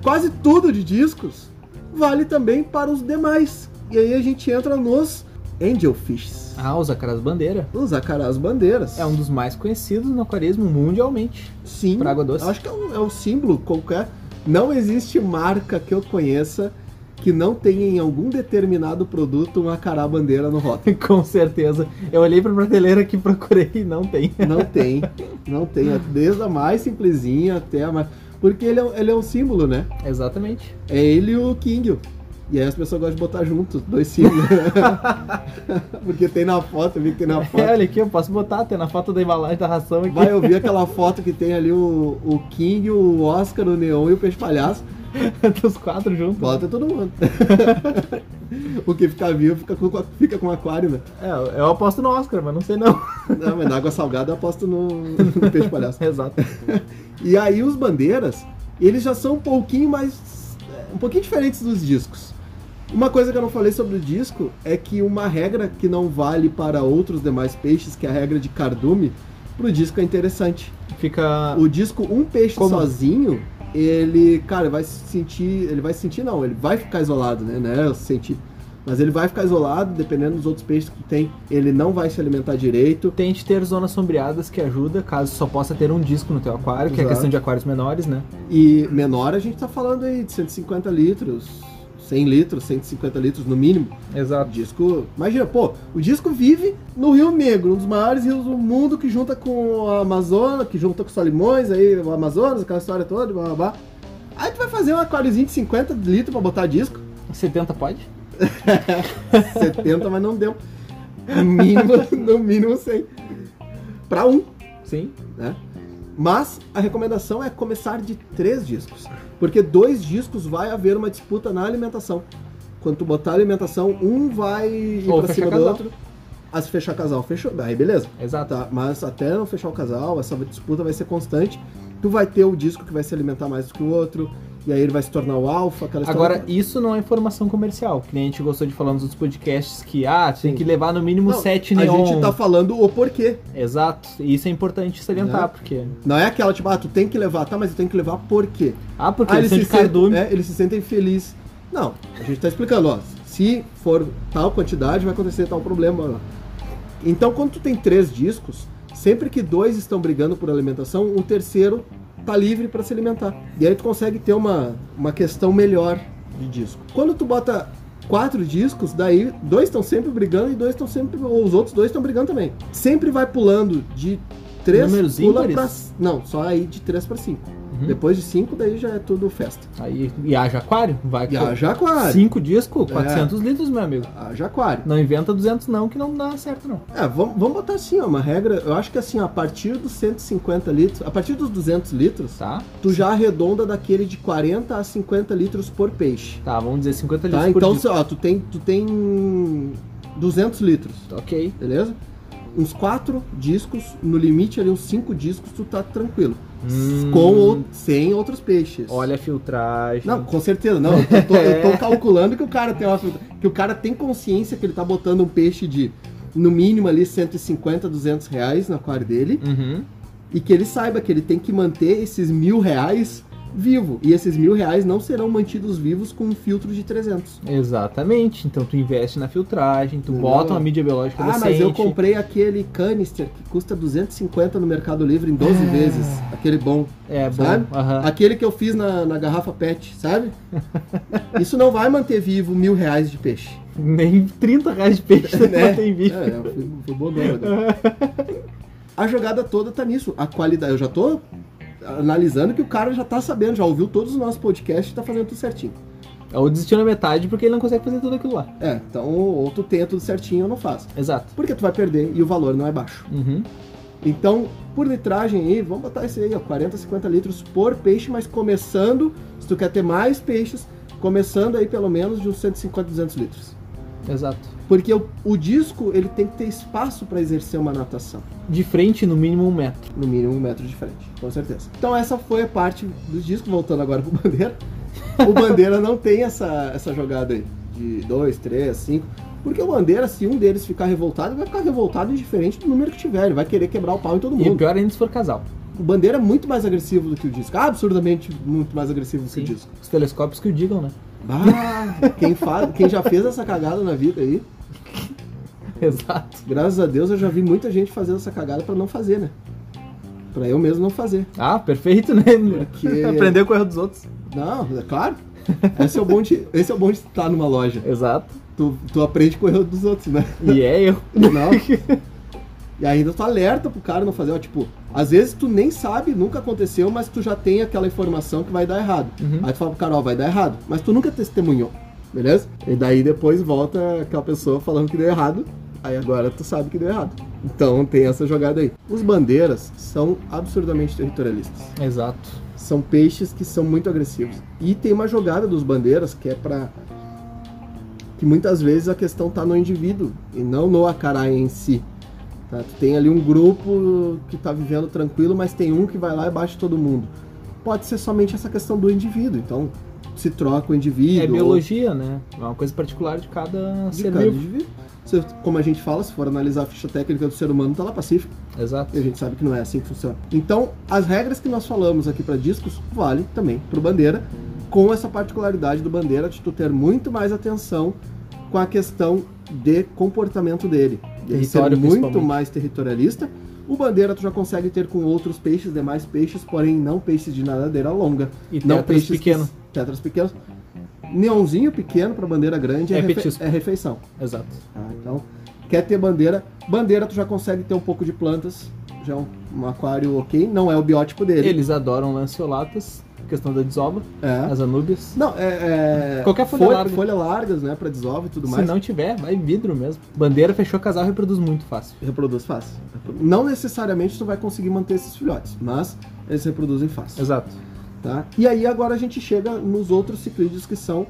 S2: quase tudo de discos, vale também para os demais. E aí a gente entra nos angelfishes,
S1: Ah, os acarás bandeira.
S2: os acarás bandeiras.
S1: É um dos mais conhecidos no aquarismo mundialmente.
S2: Sim,
S1: pra água doce.
S2: acho que é um, é um símbolo qualquer. Não existe marca que eu conheça que não tenha em algum determinado produto uma acará bandeira no rótulo.
S1: Com certeza. Eu olhei pra prateleira aqui, procurei e não tem.
S2: Não tem, não tem. É Desde a mais simplesinha até a mais. Porque ele é, um- ele é um símbolo, né?
S1: Exatamente.
S2: É ele e o King. E aí as pessoas gostam de botar junto, dois símbolos. Porque tem na foto, eu vi que tem na
S1: É,
S2: foto.
S1: olha aqui, eu posso botar até na foto da embalagem da ração aqui.
S2: Vai ouvir aquela foto que tem ali o, o King, o Oscar, o Neon e o Peixe Palhaço.
S1: dos quatro juntos.
S2: Bota todo mundo. o que fica vivo fica com, fica com aquário, né?
S1: É, eu aposto no Oscar, mas não sei não.
S2: Não, mas na água salgada eu aposto no, no Peixe Palhaço.
S1: Exato.
S2: E aí os bandeiras, eles já são um pouquinho mais. é, um pouquinho diferentes dos discos. Uma coisa que eu não falei sobre o disco é que uma regra que não vale para outros demais peixes, que é a regra de cardume, pro disco é interessante.
S1: Fica.
S2: O disco um peixe
S1: Como?
S2: sozinho, ele, cara, vai se sentir, ele vai se sentir não, ele vai ficar isolado, né? Né? Eu senti. Mas ele vai ficar isolado, dependendo dos outros peixes que tem, ele não vai se alimentar direito.
S1: Tente ter zonas sombreadas que ajuda, caso só possa ter um disco no teu aquário, que é
S2: Exato.
S1: questão de aquários menores, né?
S2: E menor a gente tá falando aí de 150 litros, 100 litros, 150 litros no mínimo. O
S1: Exato.
S2: disco. Imagina, pô, o disco vive no Rio Negro, um dos maiores rios do mundo que junta com a Amazônia, que junta com os Solimões, aí o Amazonas, aquela história toda, blá blá blá. Aí tu vai fazer um aquáriozinho de 50 litros pra botar disco.
S1: 70 pode?
S2: 70, mas não deu. No mínimo, no mínimo 100. Pra um.
S1: Sim.
S2: né? Mas a recomendação é começar de três discos, porque dois discos vai haver uma disputa na alimentação. Quando tu botar a alimentação, um vai ir
S1: Ou
S2: pra
S1: fechar
S2: cima do
S1: casal.
S2: outro. Ah, se fechar casal, fechou. Aí beleza.
S1: Exato.
S2: Tá, mas até não fechar o casal, essa disputa vai ser constante. Tu vai ter o disco que vai se alimentar mais do que o outro, e aí ele vai se tornar o alfa, aquela história
S1: Agora,
S2: toda.
S1: isso não é informação comercial. Que nem a gente gostou de falar nos outros podcasts que, ah, tem
S2: Sim.
S1: que levar no mínimo
S2: Não,
S1: sete
S2: a
S1: neon.
S2: gente tá falando o porquê.
S1: Exato. E isso é importante salientar,
S2: Né?
S1: porque...
S2: Não é aquela tipo, ah, tu tem que levar, tá, mas eu tenho que levar por quê?
S1: Ah, porque
S2: Ah,
S1: eles
S2: eles,
S1: são
S2: se
S1: de
S2: sentem,
S1: cardume.
S2: é, eles se sentem felizes. Não, a gente tá explicando, ó. Se for tal quantidade, vai acontecer tal problema. Então, quando tu tem três discos, sempre que dois estão brigando por alimentação, o terceiro tá livre para se alimentar. E aí tu consegue ter uma, uma questão melhor de disco. Quando tu bota quatro discos, daí dois estão sempre brigando e dois estão sempre. Ou os outros dois estão brigando também. Sempre vai pulando de três.
S1: Números
S2: pula
S1: ímpares?
S2: pra, Não, só aí de três para cinco.
S1: Uhum.
S2: Depois de 5, daí já é tudo festa.
S1: Aí, e haja aquário? Vai
S2: E a
S1: com
S2: Jaquário.
S1: É cinco discos,
S2: É.
S1: 400 litros, meu amigo.
S2: A Jaquário.
S1: Não inventa 200 não, que não dá certo não.
S2: É, vamos, vamos botar assim, ó, uma regra. Eu acho que assim, ó, a partir dos 150 litros, a partir dos 200 litros,
S1: Tá?
S2: tu já arredonda daquele de 40 a 50 litros por peixe.
S1: Tá, vamos dizer 50 litros
S2: Tá?
S1: por
S2: Então,
S1: disco.
S2: se- ó, tu tem, tu tem 200 litros,
S1: Ok.
S2: beleza? Uns 4 discos, no limite ali, uns 5 discos, tu tá tranquilo.
S1: Hum.
S2: Com ou sem outros peixes.
S1: Olha É. a filtragem.
S2: Não, com certeza, não. Eu tô, eu tô calculando que o cara tem uma filtra- que o cara tem consciência que ele tá botando um peixe de no mínimo ali 150, 200 reais no aquário dele
S1: Uhum.
S2: e que ele saiba que ele tem que manter esses mil reais vivo e esses mil reais não serão mantidos vivos com um filtro de 300.
S1: Exatamente. Então tu investe na filtragem, tu
S2: Não.
S1: bota uma mídia biológica
S2: Ah,
S1: decente.
S2: mas eu comprei aquele canister que custa 250 no Mercado Livre em 12
S1: É.
S2: vezes, aquele bom.
S1: É bom.
S2: Sabe?
S1: aham.
S2: Aquele que eu fiz na, na garrafa PET, sabe? Isso não vai manter vivo mil reais de peixe.
S1: Nem 30 reais de peixe você
S2: Né?
S1: bota em vídeo.
S2: É, eu fui, fui bobola agora. A jogada toda tá nisso. A qualidade. Eu já tô analisando que o cara já tá sabendo, já ouviu todos os nossos podcasts e tá fazendo tudo certinho.
S1: Ou desistiu na metade porque ele não consegue fazer tudo aquilo lá.
S2: É, então ou tu tenha tudo certinho ou não faz.
S1: Exato.
S2: Porque tu vai perder e o valor não é baixo.
S1: Uhum.
S2: Então, por litragem aí, vamos botar esse aí, ó, 40, 50 litros por peixe, mas começando, se tu quer ter mais peixes, começando aí pelo menos de uns 150, 200 litros.
S1: Exato.
S2: Porque o, o disco, ele tem que ter espaço para exercer uma natação.
S1: De frente, no mínimo um metro.
S2: no mínimo um metro de frente, com certeza. Então essa foi a parte do disco, voltando agora pro Bandeira. O Bandeira não tem essa, essa jogada aí de 2, 3, 5. Porque o Bandeira, se um deles ficar revoltado, ele vai ficar revoltado indiferente do número que tiver. Ele vai querer quebrar o pau em todo
S1: E
S2: mundo.
S1: pior ainda se for casal.
S2: O Bandeira é muito mais agressivo do que o disco. Ah, Absurdamente muito mais agressivo do que
S1: Sim.
S2: o disco.
S1: Os telescópios que o digam, né?
S2: Ah, quem, faz, quem já fez essa cagada na vida aí,
S1: Exato.
S2: Graças a Deus eu já vi muita gente fazendo essa cagada pra não fazer, né? Pra eu mesmo não fazer.
S1: Ah, perfeito, né?
S2: Porque-
S1: Aprendeu com o erro dos outros.
S2: Não, é claro. Esse é o bom de, esse é o bom de estar numa loja.
S1: Exato.
S2: Tu, tu aprende com o erro dos outros, né?
S1: E é erro.
S2: Não. E ainda tu alerta pro cara não fazer, ó, tipo, às vezes tu nem sabe, nunca aconteceu, mas tu já tem aquela informação que vai dar errado.
S1: Uhum.
S2: Aí tu fala pro cara, ó, vai dar errado, mas tu nunca testemunhou, beleza? E daí depois volta aquela pessoa falando que deu errado, aí agora tu sabe que deu errado. Então tem essa jogada aí. Os bandeiras são absurdamente territorialistas
S1: Exato.
S2: são peixes que são muito agressivos. E tem uma jogada dos bandeiras que é pra. que muitas vezes a questão tá no indivíduo e não no acaraia em si. Tá? Tu tem ali um grupo que tá vivendo tranquilo, mas tem um que vai lá e bate todo mundo. Pode ser somente essa questão do indivíduo, então se troca o indivíduo.
S1: É
S2: ou-
S1: biologia, né? É uma coisa particular de cada
S2: de
S1: ser
S2: cada
S1: vivo.
S2: indivíduo. Se- Como a gente fala, se for analisar a ficha técnica do ser humano, tá lá pacífico.
S1: Exato.
S2: E a gente sabe que não é assim que funciona. Então, as regras que nós falamos aqui para discos vale também para o Bandeira, com essa particularidade do Bandeira de tu ter muito mais atenção com a questão de comportamento dele. Ele ser
S1: Território,
S2: muito
S1: principalmente.
S2: mais territorialista. O Bandeira tu já consegue ter com outros peixes, demais peixes, porém não peixes de nadadeira longa.
S1: E
S2: não
S1: tetras
S2: peixes
S1: pequeno.
S2: Que, tetras pequenos. Neonzinho pequeno para bandeira grande é,
S1: É
S2: refe-
S1: petisco.
S2: é refeição.
S1: Exato.
S2: Tá? Então, quer ter bandeira. Bandeira, tu já consegue ter um pouco de plantas. Já é um, um aquário ok. Não é o biótipo dele.
S1: Eles adoram lanceolatas, questão da desova,
S2: É.
S1: as anúbias.
S2: Não, é. é-
S1: Qualquer folha larga.
S2: folha largas, né? Pra desova e tudo
S1: Se
S2: mais.
S1: não tiver, vai vidro mesmo. Bandeira fechou casal reproduz muito fácil.
S2: Reproduz fácil. Não necessariamente tu vai conseguir manter esses filhotes, mas eles reproduzem fácil.
S1: Exato.
S2: Tá? E aí agora a gente chega nos outros ciclídeos que são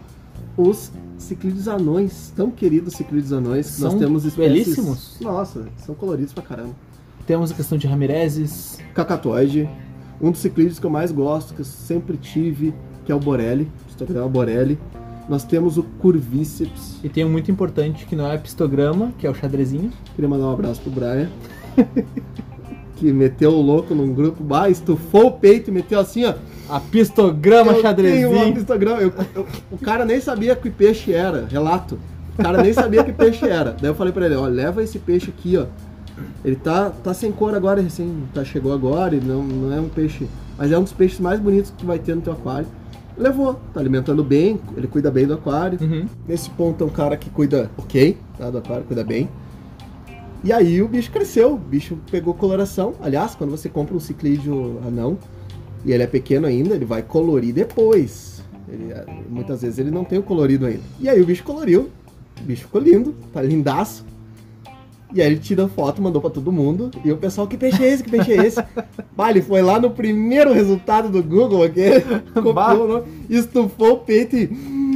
S2: os ciclídeos anões, tão queridos ciclídeos anões que nós
S1: São
S2: temos espécies...
S1: belíssimos.
S2: Nossa, são coloridos pra caramba.
S1: Temos a questão de Ramireses.
S2: Cacatoide. Um dos ciclídeos que eu mais gosto, que eu sempre tive, que é o Borelli. Histograma Borelli. Nós temos o Curvíceps.
S1: E tem um muito importante que não é pistograma, que é o xadrezinho.
S2: Queria mandar um abraço pro Brian. que meteu o louco num grupo. Bah, estufou o peito e meteu assim, ó.
S1: A pistograma
S2: Eu tenho
S1: xadrezinho.
S2: um histograma. Eu- eu- o cara nem sabia que peixe era. Relato. O cara nem sabia que peixe era. Daí eu falei pra ele, ó, leva esse peixe aqui, ó. Ele tá, tá sem cor agora, recém tá, chegou agora, ele não, não é um peixe. Mas é um dos peixes mais bonitos que tu vai ter no teu aquário. Levou, tá alimentando bem, ele cuida bem do aquário.
S1: Uhum.
S2: Nesse ponto é um cara que cuida ok, tá? Do aquário, cuida bem. E aí o bicho cresceu, o bicho pegou coloração. Aliás, quando você compra um ciclídeo anão e ele é pequeno ainda, ele vai colorir depois. Ele, eh, muitas vezes ele não tem o colorido ainda. E aí o bicho coloriu, o bicho ficou lindo, tá lindaço. E aí ele tira foto, mandou pra todo mundo. E o pessoal, que peixe é esse? Que peixe é esse? bah, ele foi lá no primeiro resultado do Google aqui,
S1: Bah.
S2: copiou, o nome, estufou o peito e. "Hum,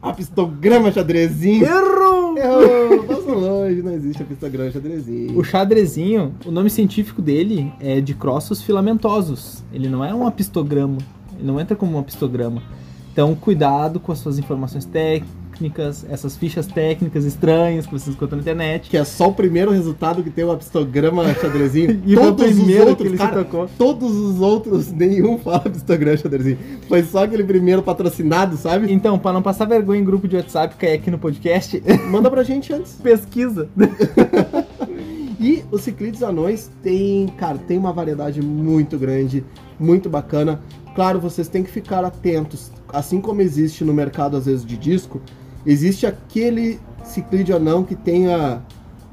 S2: A pistograma xadrezinho.
S1: Errou!
S2: Eu passo longe, não existe a pistograma xadrezinho.
S1: O xadrezinho, o nome científico dele é de crossos filamentosos. Ele não é um apistograma. Ele não entra como um apistograma. Então, cuidado com as suas informações técnicas, essas fichas técnicas estranhas que vocês encontram na internet.
S2: Que é só o primeiro resultado que tem o apistograma xadrezinho.
S1: E foi o primeiro que ele se
S2: cara,
S1: tocou.
S2: todos os outros, nenhum fala apistograma xadrezinho. Foi só aquele primeiro patrocinado, sabe?
S1: Então, para não passar vergonha em grupo de WhatsApp, cair aqui no podcast,
S2: Manda pra gente antes.
S1: pesquisa.
S2: E os ciclídeos anões tem, cara, tem uma variedade muito grande, muito bacana. Claro, vocês têm que ficar atentos. Assim como existe no mercado, às vezes, de disco, existe aquele ciclídeo anão que tem a,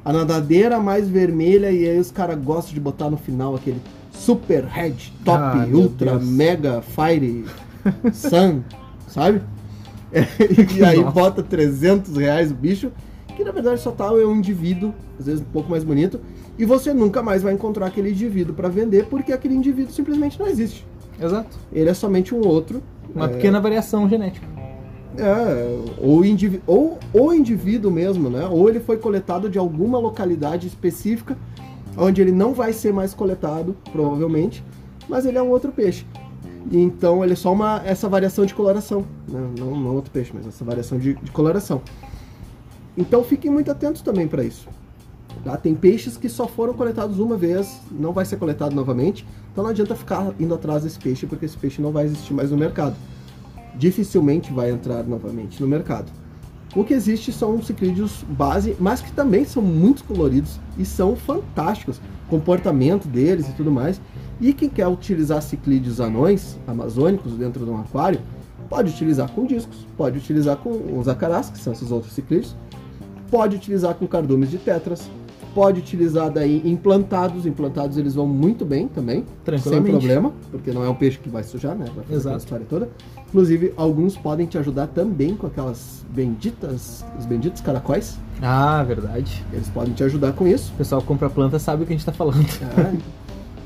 S2: a nadadeira mais vermelha e aí os caras gostam de botar no final aquele super head, top,
S1: Ah, meu
S2: ultra,
S1: Deus.
S2: mega, fire, sun, sabe? e aí
S1: Nossa.
S2: bota 300 reais o bicho, que na verdade só tá é um indivíduo, às vezes um pouco mais bonito, e você nunca mais vai encontrar aquele indivíduo para vender, porque aquele indivíduo simplesmente não existe.
S1: Exato.
S2: Ele é somente um outro,
S1: Uma pequena variação genética.
S2: é, ou, indivi ou o indivíduo mesmo, né? Ou ele foi coletado de alguma localidade específica, onde ele não vai ser mais coletado, provavelmente, mas ele é um outro peixe. E Então ele é só uma, essa variação de coloração. né? Não, não outro peixe, mas essa variação de, de coloração. Então fiquem muito atentos também para isso. tá? Tem peixes que só foram coletados uma vez, não vai ser coletado novamente. Então não adianta ficar indo atrás desse peixe, porque esse peixe não vai existir mais no mercado dificilmente vai entrar novamente no mercado. O que existe são ciclídeos base, mas que também são muito coloridos e são fantásticos. Comportamento deles e tudo mais. E quem quer utilizar ciclídeos anões, amazônicos, dentro de um aquário, pode utilizar com discos, pode utilizar com os acarás, que são esses outros ciclídeos, pode utilizar com cardumes de tetras, pode utilizar daí implantados, implantados eles vão muito bem também, sem
S1: Tranquilamente.
S2: problema, porque não é um peixe que vai sujar, né? Vai fazer aquela
S1: Exato.
S2: história toda. Inclusive, alguns podem te ajudar também com aquelas benditas, os benditos caracóis,
S1: Ah, verdade.
S2: eles podem te ajudar com isso.
S1: O pessoal que compra planta sabe o que a gente tá falando.
S2: É.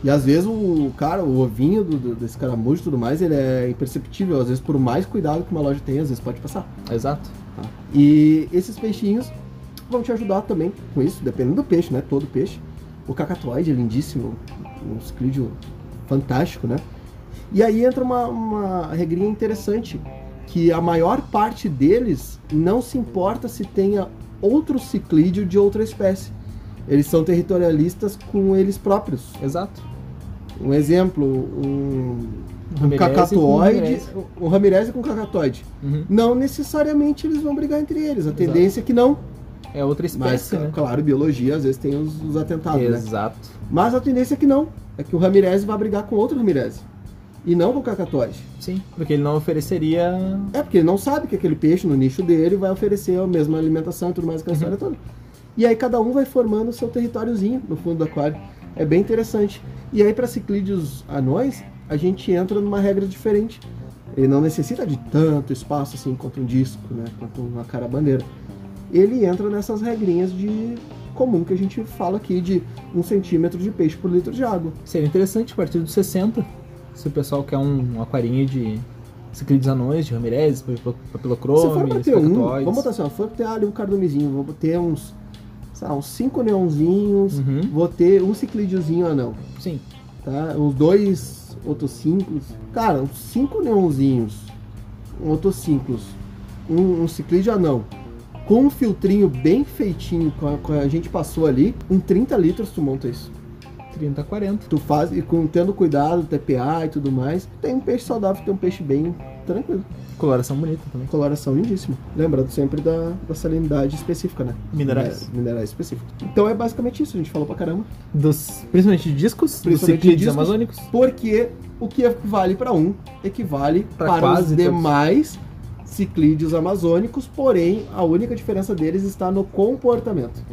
S2: E às vezes o cara, o ovinho do- do- desse caramujo e tudo mais, ele é imperceptível. Às vezes, por mais cuidado que uma loja tem, às vezes pode passar.
S1: Exato.
S2: Tá? E esses peixinhos vão te ajudar também com isso, dependendo do peixe, né? Todo peixe. O cacatoide é lindíssimo, um ciclídeo fantástico, né? E aí entra uma, uma regrinha interessante, que a maior parte deles não se importa se tenha outro ciclídeo de outra espécie. Eles são territorialistas com eles próprios.
S1: Exato.
S2: Um exemplo, um, um
S1: Ramirez e com
S2: cacatoide,
S1: Ramirez.
S2: um ramirez com cacatoide.
S1: Uhum.
S2: Não necessariamente eles vão brigar entre eles. A
S1: Exato.
S2: tendência é que não.
S1: É outra
S2: Mas,
S1: espécie, né?
S2: claro, biologia às vezes tem os, os atentados, né?
S1: Exato.
S2: Mas a tendência é que não. É que o Ramirez vai brigar com outro Ramirez. E não com o Cacatoide.
S1: Sim. Porque ele não ofereceria.
S2: É porque ele não sabe que aquele peixe no nicho dele vai oferecer a mesma alimentação e tudo mais, aquela história toda. E aí cada um vai formando o seu territóriozinho no fundo do aquário. É bem interessante. E aí para ciclídeos anões, a gente entra numa regra diferente. Ele não necessita de tanto espaço assim quanto um disco, né? Quanto uma carabandeira. Ele entra nessas regrinhas de comum que a gente fala aqui de um centímetro de peixe por litro de água.
S1: Seria interessante a partir dos 60. Se o pessoal quer um, um aquarinho de ciclídeos anões, de ramirez, papilo-
S2: Se for pra
S1: papilocrome,
S2: ter um,
S1: especatoides.
S2: vamos botar assim, ó, for pra ter ali um cardumezinho, vou ter uns, sei lá, uns cinco neonzinhos,
S1: Uhum.
S2: vou ter um ciclídeozinho anão,
S1: Sim.
S2: tá? Uns dois otociclos, cara, uns cinco neonzinhos, um otociclos, um, um ciclídeo anão, com um filtrinho bem feitinho, com a, com a gente passou ali, em 30 litros tu monta isso.
S1: 30, 40.
S2: Tu faz, e com, tendo cuidado, TPA e tudo mais, tem um peixe saudável, tem um peixe bem tranquilo.
S1: Coloração bonita também.
S2: Coloração lindíssima. Lembrando sempre da, da salinidade específica, né?
S1: Minerais.
S2: Mine- Minerais específicos. Então é basicamente isso, a gente falou pra caramba.
S1: Dos, principalmente de discos,
S2: Principalmente
S1: dos ciclídeos
S2: discos.
S1: amazônicos.
S2: Porque o que vale para um equivale
S1: Pra
S2: para os
S1: quase todos.
S2: demais ciclídeos amazônicos, porém a única diferença deles está no comportamento.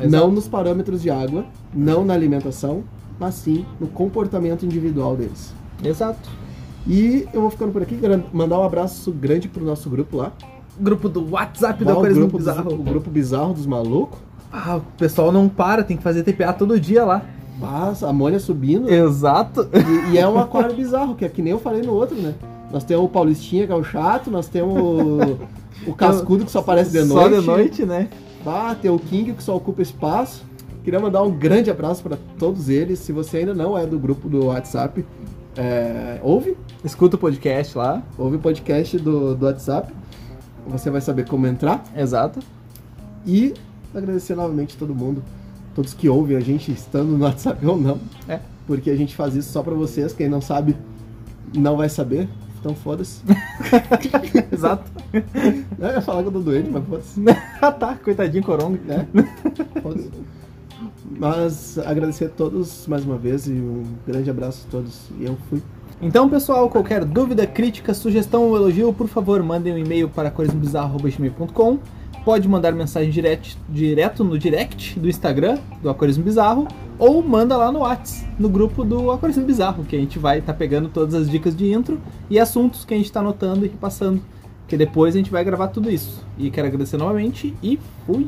S1: Exato.
S2: Não nos parâmetros de água, não na alimentação, mas sim no comportamento individual deles.
S1: Exato.
S2: E eu vou ficando por aqui, gran- mandar um abraço grande pro nosso grupo lá.
S1: Grupo do WhatsApp
S2: Lá,
S1: do
S2: o,
S1: Aquarismo
S2: grupo
S1: Bizarro.
S2: Dos, o grupo bizarro dos malucos.
S1: Ah, o pessoal não para, tem que fazer TPA todo dia lá.
S2: Mas a amônia subindo.
S1: Exato.
S2: E, e é um aquário bizarro, que é que nem eu falei no outro, né? Nós temos o Paulistinha, que é o chato, nós temos o, o Cascudo, que só aparece de
S1: Só
S2: noite.
S1: de noite, né?
S2: Ah, tem o King, que só ocupa espaço. Queria mandar um grande abraço para todos eles. Se você ainda não é do grupo do WhatsApp, é, ouve.
S1: Escuta o podcast lá.
S2: Ouve o podcast do, do WhatsApp. Você vai saber como entrar.
S1: Exato.
S2: E agradecer novamente todo mundo, todos que ouvem a gente, estando no WhatsApp ou não.
S1: É.
S2: Porque a gente faz isso só pra vocês. Quem não sabe, não vai saber. Então foda-se. É,
S1: Exato.
S2: Eu ia falar que eu tô doente, mas foda-se.
S1: ah tá, coitadinho Coronga.
S2: Né? Foda-se. Mas agradecer a todos mais uma vez e um grande abraço a todos. E eu fui.
S1: Então, pessoal, qualquer dúvida, crítica, sugestão ou elogio, por favor, mandem um e-mail para aquarismobizarro.com. Pode mandar mensagem direct, direto no direct do Instagram do Aquarismo Bizarro ou manda lá no Whats, no grupo do Aquarismo Bizarro, que a gente vai estar pegando todas as dicas de intro e assuntos que a gente está anotando e repassando, que depois a gente vai gravar tudo isso. E quero agradecer novamente e fui!